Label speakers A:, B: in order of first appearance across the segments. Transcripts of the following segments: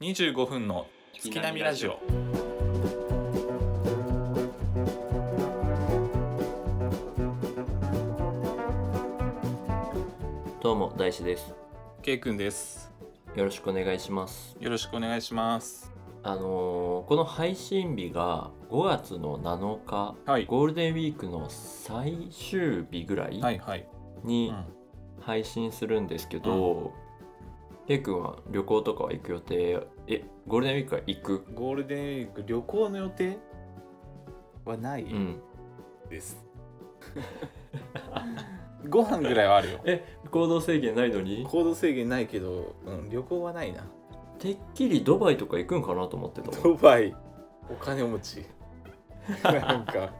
A: 25分の月並みラジオ。
B: どうも大志です
A: K 君です。
B: よろしくお願いします
A: よろしくお願いします。
B: あのーこの配信日が5月の7日
A: はい。
B: ゴールデンウィークの最終日ぐらい
A: はいはい。う
B: に
A: ん
B: 配信するんですけど、ケイ君は旅行とかは行く予定えゴールデンウィークは行く
A: ゴールデンウィーク旅行の予定はない
B: うん
A: です。 ご飯ぐらいはあるよ。
B: え行動制限ないのに
A: 行動制限ないけど、うん、旅行はないな。
B: てっきりドバイとか行くんかなと思ってたもん
A: ドバイ、お金持ち。 なんか、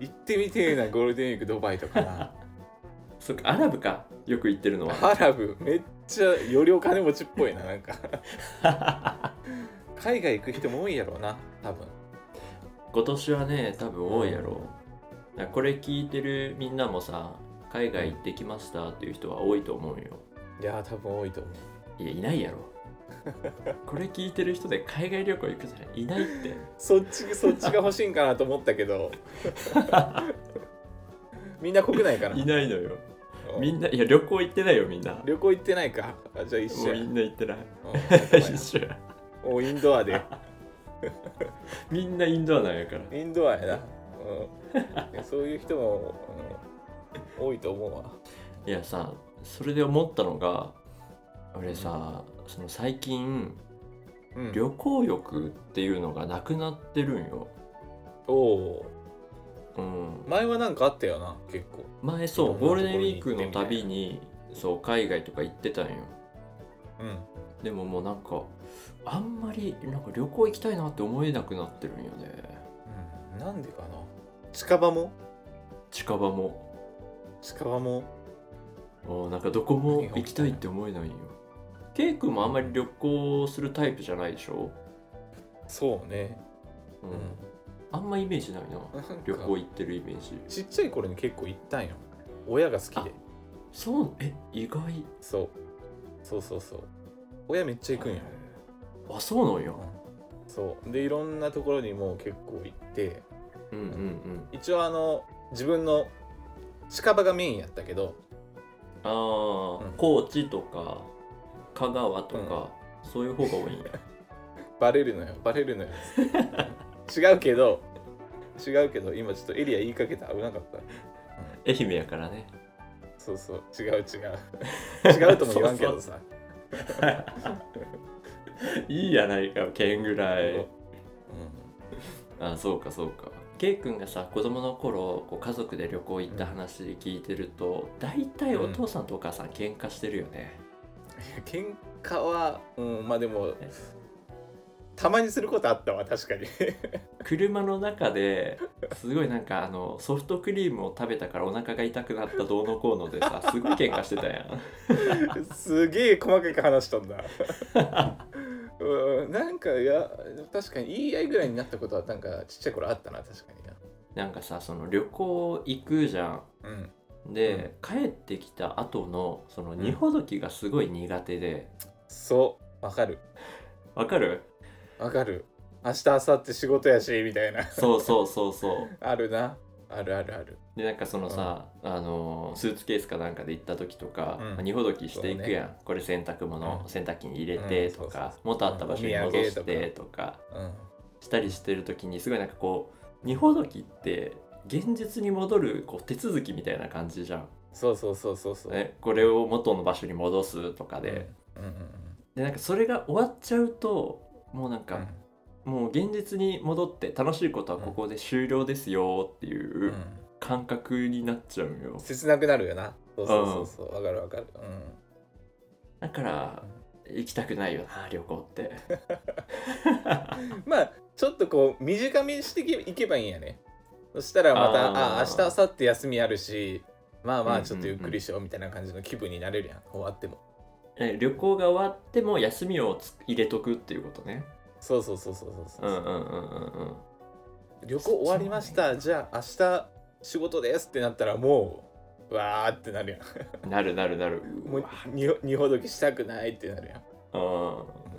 A: 行ってみてえな、ゴールデンウィークドバイとかな。
B: そっかアラブかよく行ってるのは
A: アラブ、めっちゃよりお金持ちっぽいな、なんか。 海外行く人も多いやろうな、多分。
B: 今年はね多分多いやろだからこれ聞いてるみんなもさ海外行ってきましたっていう人は多いと思うよ
A: いやー、多分多いと思う。
B: いやいな いやろこれ聞いてる人で海外旅行行くじゃないいないって
A: そっち、そっちが欲しいんかなと思ったけ ど。みんな国内かな。
B: いないのよ
A: うん
B: みんないや旅行行ってないよみんなも
A: 旅行行ってないか。あじゃあ一緒
B: うみ
A: や。
B: んな行ってない
A: うん
B: 一緒や
A: もうインドア で。
B: みんなインドアなんやから
A: インドアやな。うん、そういう人も、うん多いと思うわ。
B: いやさそれで思ったのが俺さその最近
A: うん
B: 旅行欲っていうのがなくなってるんよ、
A: おお
B: うん、
A: ー。前はなんかあったよな、結構。
B: 前そう
A: いろ
B: ゴー
A: んな
B: ル
A: ところ
B: デンウ
A: に
B: ィークのたびにそう海外とか行ってたんよ
A: うん。
B: でももうなんかあんまりなんか旅行行きたいなって思えなくなってるんよね
A: うん、なんでかな。近場も
B: 近場も
A: 近場も。
B: あーなんかどこも行きたいって思えないよケイ君もあんまり旅行するタイプじゃないでしょ、
A: そうね。
B: う
A: うんん。
B: あんまイメージないな旅行行ってるイメージ
A: ちっちゃい頃に結構行ったんよ。親が好きで。
B: そうえ意外
A: そう。そうそうそう。親めっちゃ行くんよ。
B: あそうなんや
A: そう。で、いろんなところにもう結構行って、
B: うんうんうん
A: 一応あの、自分の近場がメインやったけど、
B: ああ、
A: うん
B: 高知とか香川とか、そういう方が多いんや
A: バレるのよバレる のよ違うけど違うけど今ちょっとエリア言いかけた危なかった
B: 愛媛やからね
A: そうそう違う違 う違うとも言わんけどさ
B: いいやないか県ぐら
A: うん
B: いあそうかそうかケイ君がさ子供の頃こう家族で旅行行った話聞いてると大体お父さんとお母さん喧嘩してるよね、
A: 喧嘩はうんまあでもたまにすることあったわ確か に
B: 車の中ですごいなんかあのソフトクリームを食べたからお腹が痛くなったどうのこうので さすごい喧嘩してたやん
A: すげえ細かく話したんだうんなんかいや確かに言い合いぐらいになったことはなんかちっちゃい頃あったな確かにな
B: なんかさその旅行行くじゃ
A: うん
B: んで、帰ってきた後のその荷ほどきがすごい苦手で
A: そうわかる
B: わかる
A: わかる明日明後日仕事やしみたいな
B: そうそうそうそう
A: あるな。あるあるある。
B: でなんかそのさ、あのースーツケースかなんかで行った時とか、
A: うん
B: まあ荷ほどきしていくやん、これ洗濯物、
A: うん
B: 洗濯機に入れてと
A: うんそうそう
B: か、
A: そ
B: 元あった場所に戻し
A: お土
B: て
A: 産
B: とか
A: うん。
B: したりしてる時にすごいなんかこう荷ほどきって現実に戻るこう手続きみたいな感じじゃん、
A: そうそうそうそうそう。
B: ね、これを元の場所に戻すとかで,、
A: うんうん
B: でなんかそれが終わっちゃうともうなん
A: うん。
B: か、もう現実に戻って楽しいことはここで終了ですよって
A: う
B: い
A: ん。う
B: うん感覚になっちゃうよ、
A: 切なくなるよな。そうそうそうそう。わかるわかる。
B: だから行きたくないよな旅行 って
A: うん。まあちょっとこう短めにしていけばいいんやね。そしたらまた
B: あー
A: あ明日明後日休みあるし。まあま
B: うんうんう
A: あ
B: ん
A: ちょっとゆっくりしようみたいな感じの気分になれるやん終わっても
B: え旅行が終わっても休みをつ入れとくっていうことね
A: そうそうそうそうそう
B: う
A: そ
B: ん
A: う
B: うんうんうん
A: 旅行終わりましたじゃあ明日仕事ですってなったらもうわーってなるやん
B: うんなるなるなる
A: もうににほどきしたくないってなるやん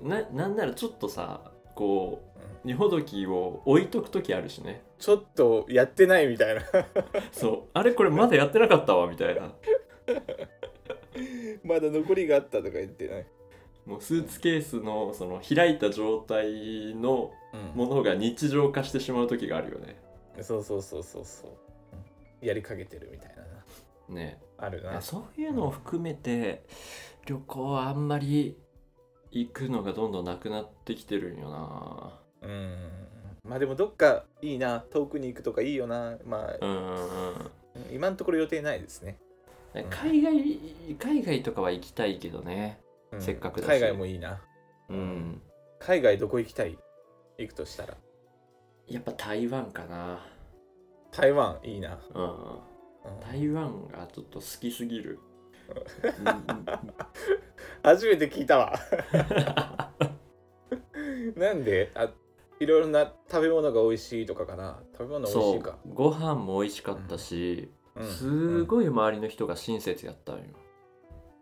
B: うんななんならちょっとさこ
A: うん
B: う日ほどきを置いとく時あるしね
A: ちょっとやってないみたいな
B: そうあれこれまだやってなかったわみたいな
A: まだ残りがあったとか言ってない、
B: もうスーツケースのその開いた状態のものが日常化してしまう時があるよね
A: そうそうそうそうそうやりかけてるみたいな
B: ね
A: あるな
B: そういうのを含めて旅行はあんまり行くのがどんどんなくなってきてるんよな
A: うんまあでもどっかいいな遠くに行くとかいいよなまあ
B: うんうんうん
A: 今のところ予定ないですね、
B: 海外海外とかは行きたいけどね
A: うん
B: せっかくだし
A: 海外もいいな
B: うん
A: 海外どこ行きたい行くとしたら
B: やっぱ台湾かな
A: 台湾いいな、
B: うん
A: うん
B: 台湾がちょっと好きすぎる
A: 初めて聞いた わなんであいろいろな食べ物が美味しいとかかな食べ物美味
B: そ
A: しいうか
B: ご飯も美味しかったし、
A: うん
B: すごい周りの人が親切やったんよ、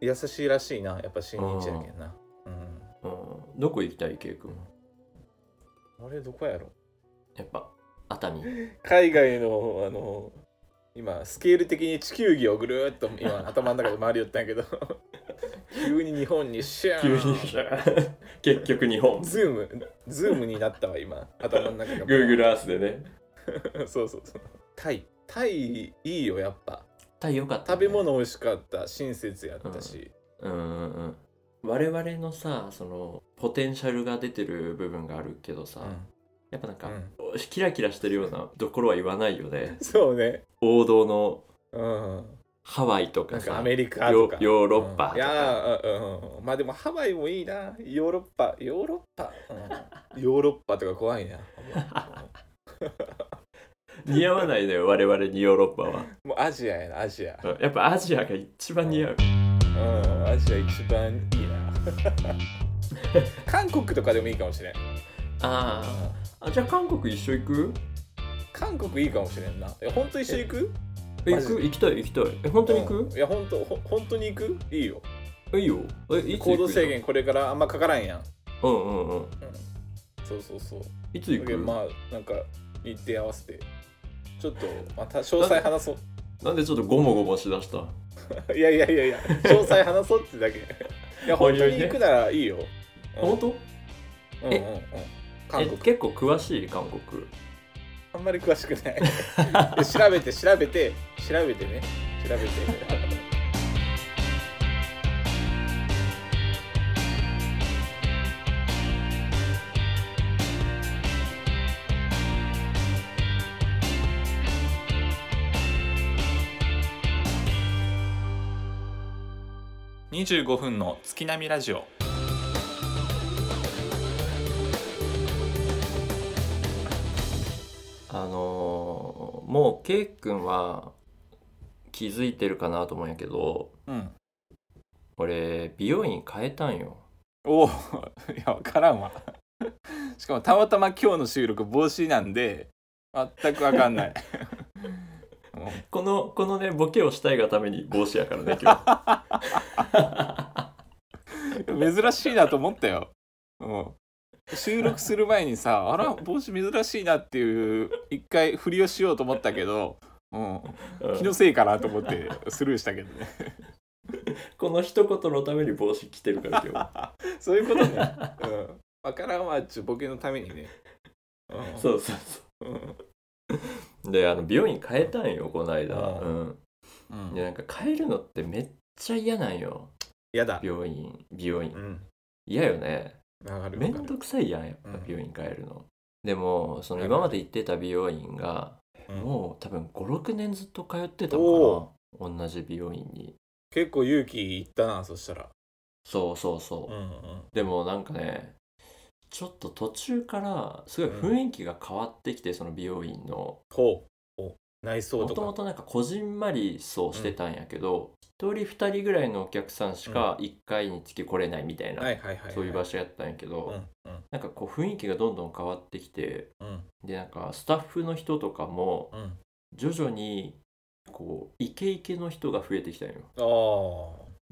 A: 優しいらしいなやっぱ親日やけんなうん
B: うん、どこ行きたいケイ君
A: あれどこやろ
B: やっぱ熱海
A: 海外のあの今スケール的に地球儀をぐるーっと今頭の中で回り寄ったんやけ ど急に日本にシャー
B: 急
A: ン
B: に結局日本
A: ズームズームになったわ今頭の中が
B: Google Earth でね
A: そうそうそうタイタイいいよやっぱ
B: タイよかったね、
A: 食べ物美味しかった親切やったし、
B: うんうんうん我々のさそのポテンシャルが出てる部分があるけどさ、やっぱなんか、キラキラしてるようなところは言わないよね
A: うんそうね
B: 王道の
A: うん
B: ハワイと
A: な
B: か
A: ん
B: さ
A: かアメリカと
B: ヨ
A: か
B: ヨーロッパ
A: うん
B: と
A: い
B: か、
A: やーうんうんまあでもハワイもいいなヨーロッパヨーロッパ、うんヨーロッパとか怖 いな
B: 似合わないのよ我々にヨーロッパは
A: もうアジアやなアジア
B: やっぱアジアが一番似合う
A: うんアジア一番いいな韓国とかでもいいかもしれん
B: あーあじゃあ韓国一緒行く
A: 韓国いいかもしれんなえ本当一緒に行く
B: え
A: マ
B: 行
A: ジで
B: く行きたい行きたいえ本当に行く
A: うん、いや本当ほ本当に行くいいよ
B: えいいよえいつ行く
A: 行動制限これからあんまかからんやん、
B: うんうんうん
A: うん、そうそうそう
B: いつ行
A: だけ
B: く、
A: どまあなんか日程合わせてちょっとまた詳細話 そう
B: なんでちょっとゴモゴモしだした
A: いやいやいや いや、詳細話そうってだけ。いや、
B: おい
A: 本
B: おいね
A: 当に行くならいいよ。
B: 本当
A: うんうんうんうん。韓
B: え
A: 国、
B: 結構詳しい韓国
A: あんまり詳しくない。 で調べて、調べて、調べてね。調べて。25分の月並みラジオ。
B: あのーもうケイ君は気づいてるかなと思うんやけど
A: うん。
B: 俺美容院変えたんよ
A: お おいや分からんわ しかもたまたま今日の収録帽子なんで全く分かんない も
B: このこのねボケをしたいがために帽子やからね今日
A: う珍しいなと思ったよもう収録する前にさあら帽子珍しいなっていう一回振りをしようと思ったけど、うん、
B: うん
A: 気のせいかなと思ってスルーしたけ どね
B: この一言のために帽子着てるから今
A: そういうことね、うん、分からんわっちゅうボケのためにね、うん
B: 日そうそうそうであの美容院変えたんよこの間
A: あー
B: うん
A: うん
B: でなんか変えるのってめっちゃ嫌なんよ
A: やだ
B: 美容院美容院
A: うん
B: 嫌よね
A: わかる
B: め
A: わ
B: ん
A: かる
B: どくさいやんやっぱ
A: うん
B: 美容院変えるの、でもその
A: はい
B: 今まで行ってた美容院が、
A: うん
B: もう多分56年ずっと通ってたの
A: お
B: かな同じ美容院に
A: 結構勇気いったなそしたら
B: そうそうそ
A: うん
B: う、
A: うん
B: でもなんかねちょっと途中からすごい雰囲気が変わってきて、その美容院の
A: ほう。お内装
B: も
A: と
B: とも
A: か。
B: となんかこじんまりそうしてたんやけど、1人2人ぐらいのお客さんしか1回につき来れないみたいな、
A: はいはいはい、はい。
B: そういう場所やったんやけど、
A: うんうん
B: なんかこう雰囲気がどんどん変わってきて
A: うん
B: でなんかスタッフの人とかも
A: うん。
B: 徐々にこうイケイケの人が増えてきたんよ
A: あ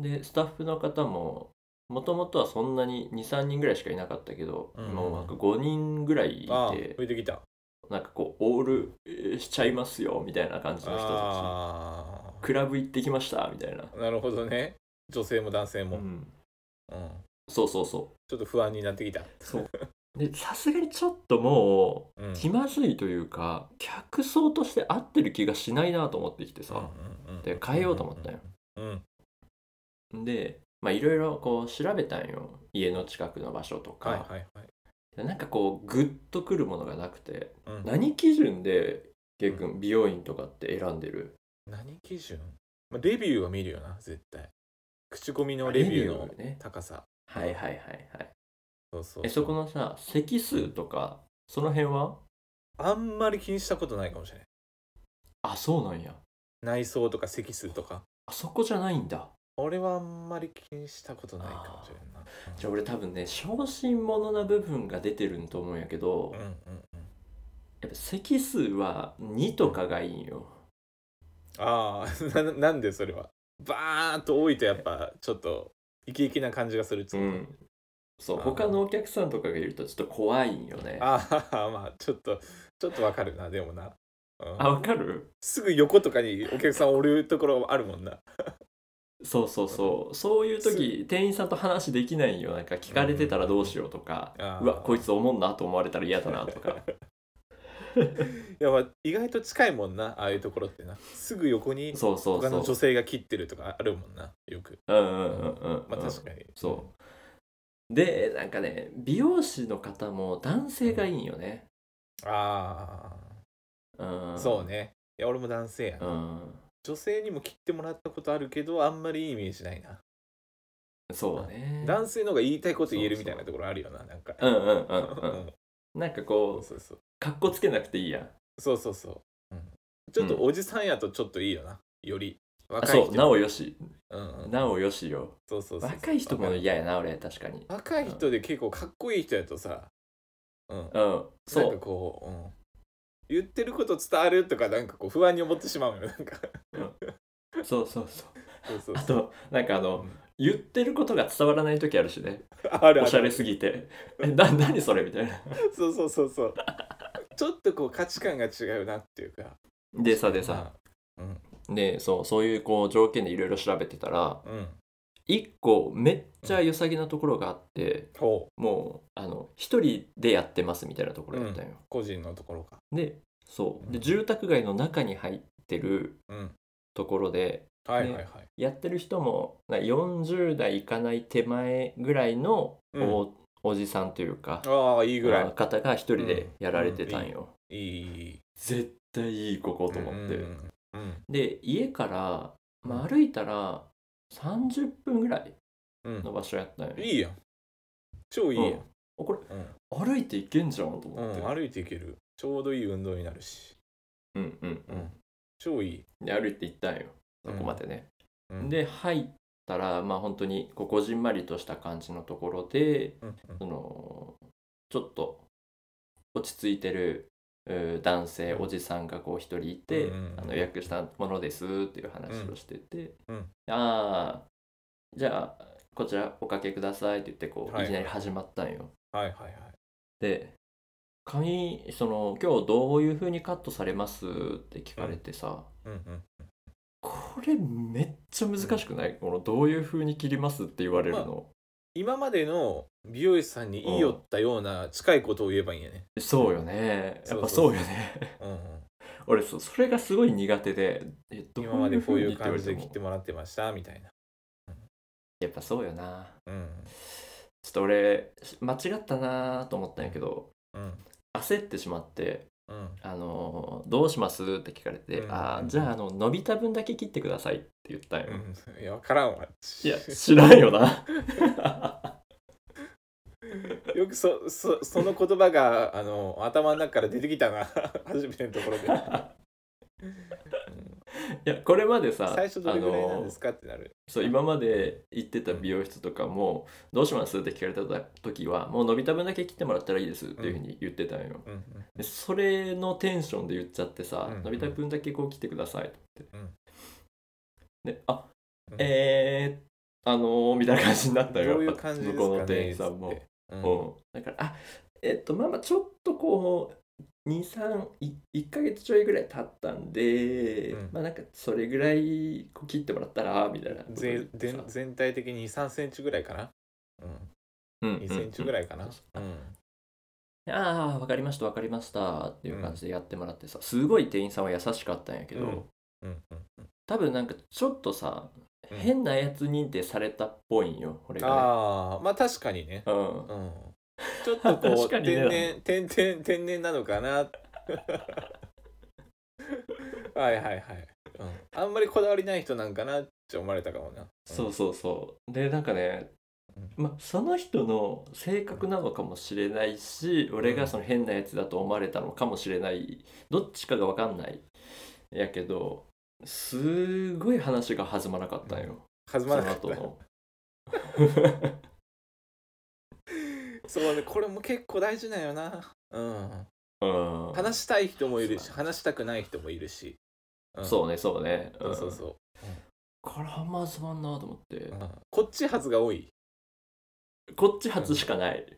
A: あ。
B: でスタッフの方ももともとはそんなに23人ぐらいしかいなかったけど、
A: うん
B: 今もうなんか5人ぐらいい
A: ああ
B: て
A: 浮いてきた
B: なんかこうオールえーしちゃいますよみたいな感じの人た
A: あ
B: ちクラブ行ってきましたみたいな、
A: あなるほどね女性も男性
B: う
A: も、うん
B: ん、そうそうそ
A: ちょっと不安になってきた
B: うそうでさすがにちょっとも
A: うん
B: う気まずいというか客層として合ってる気がしないなと思ってきてさ、
A: うんうんうん
B: で変えようと思ったよ
A: うん
B: でまあいろいろこう調べたんよ家の近くの場所とか、
A: はいはいはい
B: でなんかこうグッとくるものがなくて
A: うん
B: 何基準でケイ君美容院とかって選んでる
A: 何基準、まあ、レビューは見るよな絶対口コミのレビューの
B: ね
A: 高さ
B: はいはいはいはい
A: そうそう
B: えそこのさ席数とかその辺は
A: あんまり気にしたことないかもしれない
B: あそうなんや
A: 内装とか席数とか
B: あそこじゃないんだ
A: 俺はあんまり気にしたことないかもしれんな
B: じゃあ俺多分ね小心者な部分が出てるんと思うんやけど、
A: うんうんうん
B: やっぱ席数は2とかがいいんよ
A: ああ ななんでそれはバーンと多いとやっぱちょっとイケイケな感じがするっつ
B: う
A: うの
B: んそう
A: あー
B: 他のお客さんとかがいるとちょっと怖いんよねあ
A: ああまあちょっとちょっとわかるなでもな、うん
B: わかる
A: すぐ横とかにお客さんおるところあるもんな
B: そうそうそうそういう時店員さんと話できないんよなんか聞かれてたらどうしようとか、
A: う
B: うん
A: あー
B: わこいつおもんなと思われたら嫌だな とか
A: いや、まあ、意外と近いもんなああいうところってなすぐ横に
B: そうそう
A: 他
B: そ
A: の女
B: う
A: 性が切ってるとかあるもんなよく
B: うんうんうんうん、うん
A: まあ確かに
B: そうでなんかね美容師の方も男性がいいんよね、
A: あ
B: うん
A: あそうねいや俺も男性やな、
B: うん
A: 女性にも切ってもらったことあるけどあんまりいいイメージないな
B: そうね
A: 男性の方が言いたいこと言えるみたいなところあるよななんか
B: うんうんうん
A: う
B: うん
A: ん
B: なんか
A: そう
B: こう
A: そうそう
B: かっこつけなくていいやん
A: そうそうそう、うん、ちょっとおじさんやとちょっといいよなより
B: あ
A: 若い
B: そ
A: 人
B: うなおよし
A: うんうん、
B: なおよしよ
A: そうそうそう
B: 若い人も嫌やな俺確かに
A: 若い人で結構かっこいい人やとさ、うん、
B: うんそ
A: なんか
B: う
A: こう、うん、言ってること伝わるとかなんかこう不安に思ってしまうのよなんか
B: そうそうそう
A: そうそう
B: あとなんかあの、
A: うん
B: 言ってることが伝わらない時あるしね
A: ある
B: お
A: あ
B: しゃ
A: る
B: れすぎて「えな何それ?」みたいな
A: そうそうそうそうちょっとこう価値観が違うなっていうか
B: でさでさ
A: うん
B: でそうそういうこう条件でいろいろ調べてたら
A: うん
B: 一個めっちゃ良さげなところがあって
A: ほう
B: もうあの一人でやってますみたいなところだったんよ、
A: 個人のところか
B: でそう
A: う
B: で
A: ん
B: 住宅街の中に入ってる
A: うん
B: ところで
A: はいはいはい、
B: やってる人もな40代いかない手前ぐらいのお,、
A: うん
B: おじさんというか
A: ああいいぐらい
B: 方が一人でやられてたんよ、
A: いいいいいい
B: 絶対いいここと思って、
A: うんうん
B: で家から、まあ、歩いたら30分ぐらい
A: うん、
B: の場所やったんよ、
A: うん、いいやん超いいやん、
B: うんあこれ
A: うん
B: 歩いて行けんじゃんと
A: う
B: 思って、
A: ん、歩いていけるちょうどいい運動になるし、
B: うんうん
A: うん、超いい
B: で歩いて行ったんよそこまでね、
A: うん、
B: で入ったらまあ本当にこうこじんまりとした感じのところで
A: うんうん
B: そのちょっと落ち着いてるえー男性おじさんがこう一人いて、
A: うんうんうん
B: あの予約したものですっていう話をしてて、
A: うんうん
B: ああじゃあこちらおかけくださいって言ってこう、、
A: はいい
B: きなり始まったんよ。
A: はいはいはい
B: で髪その今日どういう風にカットされますって聞かれてさ、
A: うんうん
B: これめっちゃ難しくないこのどういう風に切りますって言われるの、
A: 今までの美容師さんに言いよったような近いことを言えばいいんやね。
B: そうよねやっぱそうよね
A: うんうん、
B: 俺そそれがすごい苦手でえどう
A: 今ま
B: い
A: で
B: う
A: こ
B: 風
A: う
B: に
A: いう
B: って言
A: 感
B: われ
A: じ
B: て
A: で
B: も
A: 切ってもらってましたみたいな。
B: やっぱそうよな
A: うん
B: ちょっと俺間違ったなと思ったんやけど
A: うん
B: 焦ってしまって
A: うん、
B: 「あのーどうします?」って聞かれて「
A: うん
B: あーじゃああの伸びた分だけ切ってください」って言ったんよ、
A: うん、いや分からんわ。
B: いや知らんよな
A: よくそそその言葉があの頭の中から出てきたな 初めてのところで。うん
B: いやこれまでさ
A: 最初どれぐらいなんです
B: あのー
A: かってなる。
B: そう今まで行ってた美容室とかも「どうします?」って聞かれた時は「もう伸びた分だけ切ってもらったらいいです」っていうふうに言ってたんよ、
A: うんうん
B: でそれのテンションで言っちゃってさ、
A: うん
B: 伸びた分だけこう来てくださいって。
A: うん
B: で、あ、
A: うん
B: えあのーみたいな感じになった
A: どうい
B: よ
A: う
B: やっぱ
A: 感じです
B: 向こう
A: か
B: の店
A: ね
B: 員さんも
A: つっ。てうん
B: うん、だからあえっとまあまあちょっとこう23ヶ月ちょいぐらい経ったんで、
A: うん
B: まあなんかそれぐらいこう切ってもらったらみたいなこと言っ
A: ぜ
B: て
A: 全
B: さ
A: 全体的に2 3センチぐらいかな、う
B: うんう
A: ん、
B: ん
A: 2センチぐらいかな、うん
B: ああ分かりました分かりましたっていう感じでやってもらってさすごい店員さんは優しかったんやけど、
A: うんうんうん
B: 多分なんかちょっとさ
A: うん
B: 変なやつ認定されたっぽいんよ俺が、
A: ああまあ確かにね、
B: ね、うん
A: うん、ちょっとこ
B: 確
A: う
B: かに
A: 天
B: ね
A: 然天然天然なのかなはいはいはい、うん、あんまりこだわりない人なんかなって思われたかもな
B: そうそうそうでなんかねまあその人の性格なのかもしれないし俺がその変なやつだと思われたのかもしれないどっちかが分かんないやけどすごい話が弾まなかったんよ
A: 弾
B: そ
A: ま
B: の
A: なかった
B: 後の
A: そうねこれも結構大事なんよなうん
B: うん
A: 話したい人もいるし話したくない人もいるし、うん
B: そうねそうね
A: そ
B: ん
A: うそうそう、
B: これあんま弾まんなと思って
A: うんこっち発が多い
B: こっち初しか ない、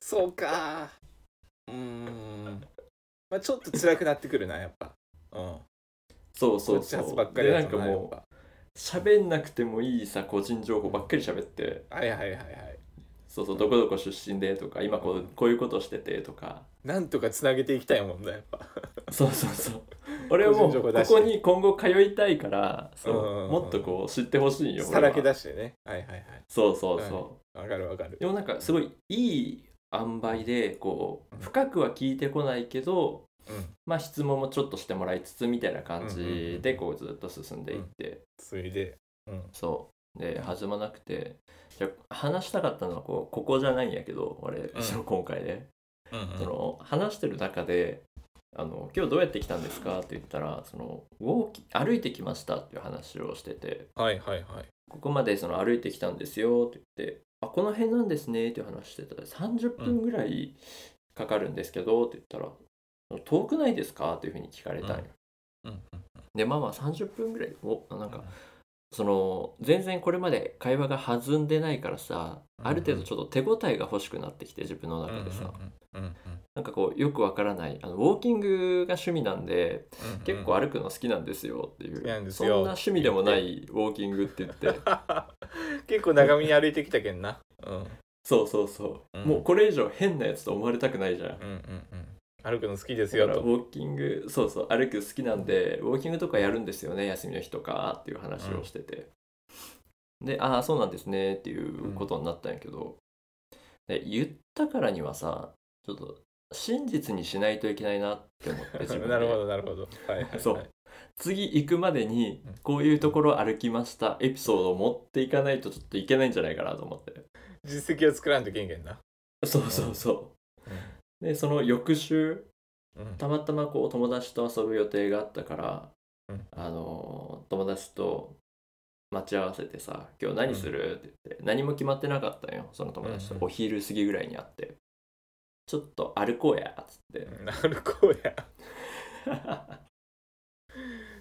A: そうかうーんまあちょっと辛くなってくるなやっぱうん
B: そうそ
A: こ
B: う
A: っち
B: そ
A: 発ばっ
B: う
A: かり
B: でな
A: や
B: ん
A: つ
B: か
A: もなや
B: も
A: っ
B: う
A: ぱ
B: 喋んなくてもいいさ個人情報ばっかり喋って
A: はいはいはいはい
B: そうそうどこどこ出身でとか今こうこういうことしててとか
A: なんとかつなげていきたいもんだやっぱ
B: そうそうそう俺はも
A: 個人情報
B: うこ
A: 出して
B: こに今後通いたいからそう、
A: うんうんうん
B: もっとこう知ってほしいよ
A: さらけ
B: 俺は
A: 出してねはいはいはい
B: そうそうそう、
A: わかるわかる
B: でもなんかすごいいい塩梅でこ
A: うん
B: う深くは聞いてこないけど
A: うん
B: まあ質問もちょっとしてもらいつつみたいな感
A: うんうんう
B: じ
A: ん
B: でこうずっと進んでいって、
A: それでうん
B: そうで弾まなくてじゃあ話したかったのはこうここじゃないんやけど俺、
A: ん
B: その今回ね
A: うんうん
B: その話してる中であの「今日どうやって来たんですか?」って言ったらそのウォーキ歩いてきましたっていう話をしてて
A: はいはいはい
B: 「ここまでその歩いてきたんですよ」って言って「あこの辺なんですね」っていう話してたら30分ぐらいかかるんですけどって言ったら「遠くないですか?」っていうふうに聞かれたんよ。
A: うん
B: でまあまあ30分ぐらいおなんかその全然これまで会話が弾んでないからさある程度ちょっと手応えが欲しくなってきて自分の中でさ。
A: うんうん
B: なんかこうよくわからないあのウォーキングが趣味なんで
A: うん
B: 結構歩くの好きなんですよっていう、
A: きなんです
B: そ
A: よ
B: んな趣味でもないウォーキングって言って
A: 結構長めに歩いてきたけんなうんうん
B: そうそうそう、
A: うん
B: もうこれ以上変なやつと思われたくないじゃん
A: うんうん歩くの好きです
B: だ
A: よ
B: からウ
A: と
B: ォーキングそうそう歩く好きなんでウォーキングとかやるんですよね休みの日とかっていう話をしてて、でああそうなんですねっていうことになったんやけど、で言ったからにはさちょっと真実にしないといけないなって思って自分 で
A: なるほどなるほどはいはいはい
B: そう次行くまでに
A: うん
B: こういうところを歩きましたエピソードを持っていかないとちょっといけないんじゃないかなと思って
A: 実績を作らんといけんけんな
B: そうそうそうでその翌週
A: うん
B: たまたまこう友達と遊ぶ予定があったから、
A: うん
B: あのー友達と待ち合わせてさ「今日何する?」って言って何も決まってなかったんよその友達と
A: うんうん
B: お昼過ぎぐらいに会って「ちょっと歩こうや」っつ って
A: うん歩こうや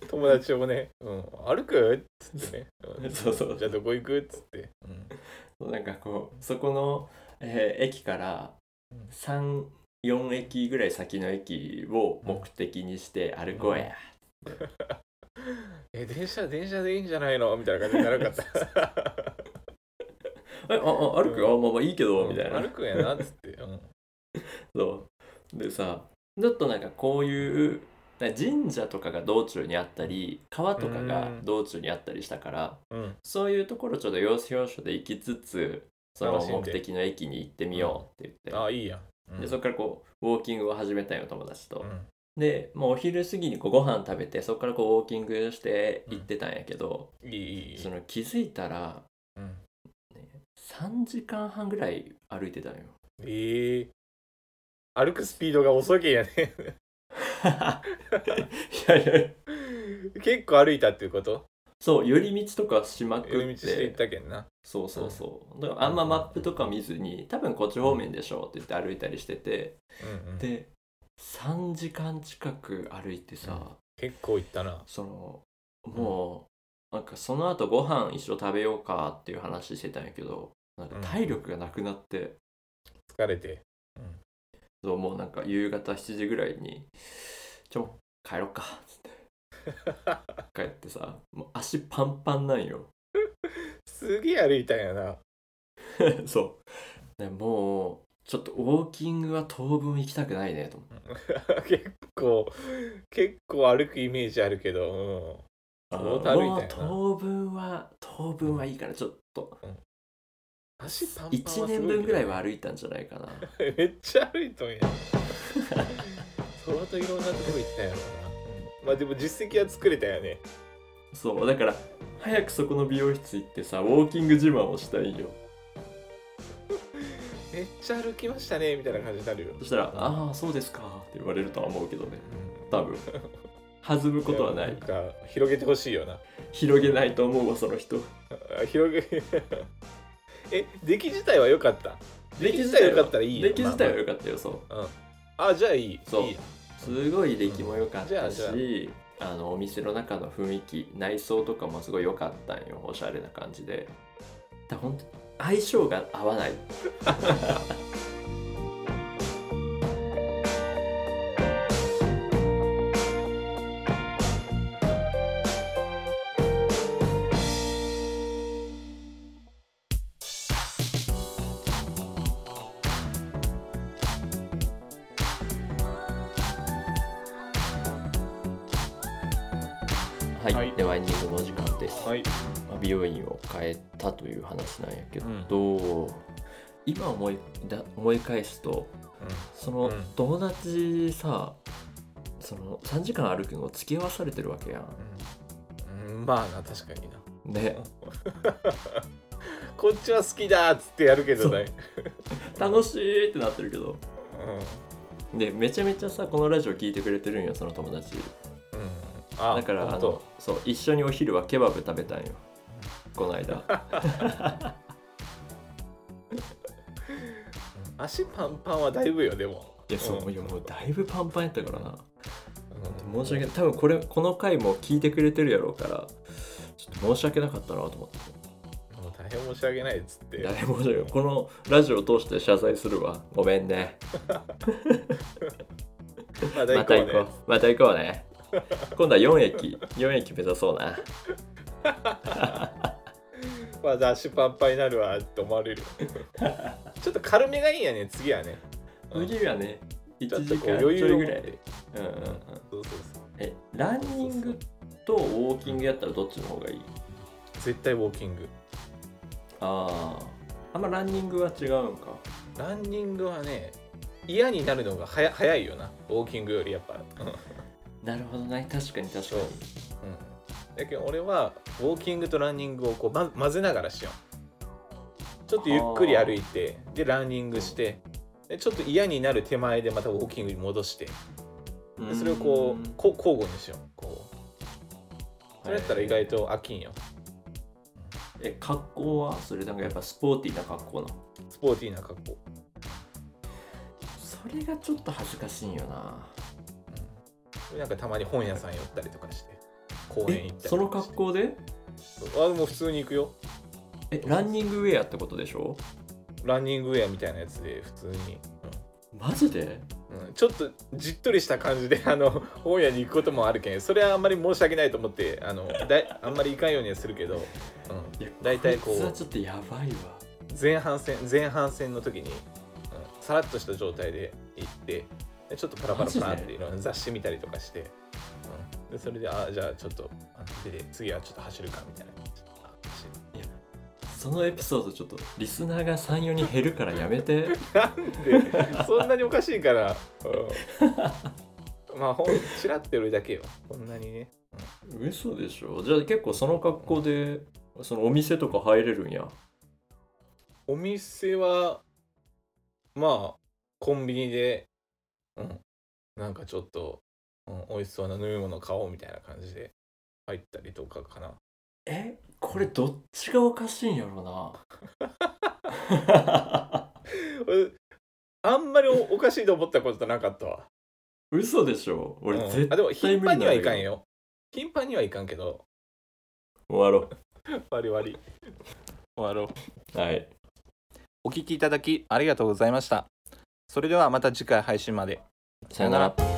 A: 友達もね、うん、歩くっつってね、うん
B: そうそう
A: じゃあどこ行くっつって、
B: そうなんかこうそこの、えー駅から
A: うん
B: 34駅ぐらい先の駅を目的にして歩こうや、
A: え電車電車でいいんじゃないのみたいな感じにならなかった
B: えああ歩くよ、まあまあいいけど、みたい
A: 歩
B: な
A: くんやなっつって、うん
B: そうでさちょっとなんかこういうなんか神社とかが道中にあったり川とかが道中にあったりしたから
A: うん
B: そういうところちょっと要所要所で行きつつその
A: 楽しんで
B: 目的の駅に行ってみようって言っ
A: あいいやん、う
B: て
A: ん
B: でそこからこうウォーキングを始めたよ友達と
A: う。ん
B: で、もうお昼過ぎにこうご飯食べてそこからこうウォーキングして行ってたんやけど、
A: いいいいいい
B: その気づいたら
A: うん
B: 3時間半ぐらい歩いてた んよ。
A: えー歩くスピードが遅いけんやね
B: いやいや
A: 結構歩いたっていうこと
B: そう寄り道とかしまく
A: 寄
B: っ
A: り道してい
B: て
A: ったけんな
B: そうそうそうだからあんまマップとか見ずに多分こっち方面でしょって言って歩いたりしてて
A: うんうん
B: で3時間近く歩いてさ
A: 結構行ったな
B: そのもうなんかその後ご飯一緒食べようかっていう話してたんやけどなんか体力がなくなって、
A: 疲れて。
B: そうもうなんか夕方7時ぐらいに「ちょもう帰ろっか」っつって帰ってさもう足パンパンなんよ
A: すげえ歩いたんやな。
B: そうでもうちょっとウォーキングは当分行きたくないねと思って
A: 結構、結構歩くイメージあるけど、
B: あ
A: 相
B: ー
A: 当歩い
B: もう
A: たよな
B: 当分は当分はいいからちょっと
A: うん。足パンパンはすご
B: 1
A: いけど
B: 年分ぐらいは歩いたんじゃないかな
A: めっちゃ歩いとんや。相当いろんなとこ行ったんやろうな。まあでも実績は作れたよね。
B: そうだから早くそこの美容室行ってさウォーキング自慢をしたいよ
A: めっちゃ歩きましたねみたいな感じになるよ。
B: そしたら「ああそうですか」って言われるとは思うけどね多 分弾むことはな
A: なん
B: い
A: か広げてほしいよな。
B: 広げないと思うわその人
A: あ広げ え出来自体は良かった
B: 出
A: 来自体良かったらいいよ
B: 出来自体は良かったよそう
A: あじゃあいい
B: そう
A: いい
B: すごい出来も良かっ
A: じゃあ
B: た
A: じゃ
B: しあのお店の中の雰囲気内装とかもすごい良かったんよおしゃれな感じでだ本当相性が合わないはい、
A: はい
B: ではエンディングのお時間です、
A: はい
B: まあ美容院を変えたという話なんやけど、今思いだ思い返すとその
A: うん
B: 友達さその3時間歩くの付き合わされてるわけやん
A: うん、うんまあな確かにな
B: ね
A: こっちは好きだっつってやるけどね
B: 楽しいってなってるけど
A: うん、うん、
B: でめちゃめちゃさこのラジオ聞いてくれてるんよその友達
A: あ
B: だからあ
A: 本
B: の
A: 当
B: そう一緒にお昼はケバブ食べたんよこの間
A: 足パンパンはだいぶよでも
B: いやそういやもうだいぶパンパンやったからな
A: うん
B: 申し訳ない多分これこの回も聞いてくれてるやろうからちょっと申し訳なかったなと思って
A: もう大変申し訳ないっつって
B: 誰もだよこのラジオを通して謝罪するわごめんね
A: また
B: ま
A: 行
B: た
A: こう
B: 行こ
A: ね
B: うまた行こう ね今度は4駅4駅目指そうな
A: また足パンパンになるわって 思われるちょっと軽めがいいんやね次はねうん
B: 次はね1
A: ちょっ
B: 時
A: とこう
B: 間ちょ
A: 余
B: い
A: 裕を
B: ぐ
A: 持っ
B: らい
A: て
B: うんうんうん
A: そうそうそう
B: えランニングとウォーキングやったらどっちの方がいい
A: 絶対ウォーキング
B: あああんまランニングは違うんか
A: ランニングはね嫌になるのが早早いよなウォーキングよりやっぱ、うん
B: なるほどね確かに確かに
A: そうだけど俺はウォーキングとランニングをこう、ま、混ぜながらしようちょっとゆっくり歩いてでランニングしてでちょっと嫌になる手前でまたウォーキングに戻して
B: う
A: で
B: ん
A: それをこうこ交互にしようこうそれやったら意外と飽きんよ
B: えーえ格好はそれなんかやっぱスポーティーな格好なの
A: スポーティーな格好
B: それがちょっと恥ずかしいんよな
A: でなんかたまに本屋さん寄ったりとかして公園
B: え
A: 行ったりとかして
B: その格好で
A: あもう普通に行くよ
B: えランニングウェアってことでしょ
A: ランニングウェアみたいなやつで普通に、
B: マジで
A: うん、ちょっとじっとりした感じであの本屋に行くこともあるけんそれはあんまり申し訳ないと思ってあのだいあんまり行かんようにはするけど、うん、
B: いや
A: 大体こう
B: いつはちょっとやばいわ
A: 前半戦前半戦の時に、うん、さらっとした状態で行ってでちょっとパラパラパラっ
B: マジ
A: て
B: で
A: いろんな雑誌見たりとかして、うん、でそれであじゃあちょっとあで次はちょっと走るかみたいな感じであ走る
B: そのエピソードちょっとリスナーが34人減るからやめて
A: なんでそんなにおかしいから、 うんまあほんちらってるだけよこんなにね
B: 嘘でしょじゃあ結構その格好でそのお店とか入れるんや
A: お店はまあコンビニで、うん、なんかちょっと、うん、美味しそうな飲み物買おうみたいな感じで入ったりとかかな
B: えこれどっちがおかしいんやろな
A: うんあんまりおおかしいと思ったことなかったわ、
B: 嘘でしょ
A: うん
B: 俺絶
A: あでも
B: 対
A: 頻
B: 無
A: 繁
B: 理な
A: に
B: の
A: はいかんよ頻繁にはいかんけど
B: 終わろ
A: 割り割り。終わろう。
B: う。はい。
A: お聞きいただきありがとうございました。それではまた次回配信まで。
B: さよなら。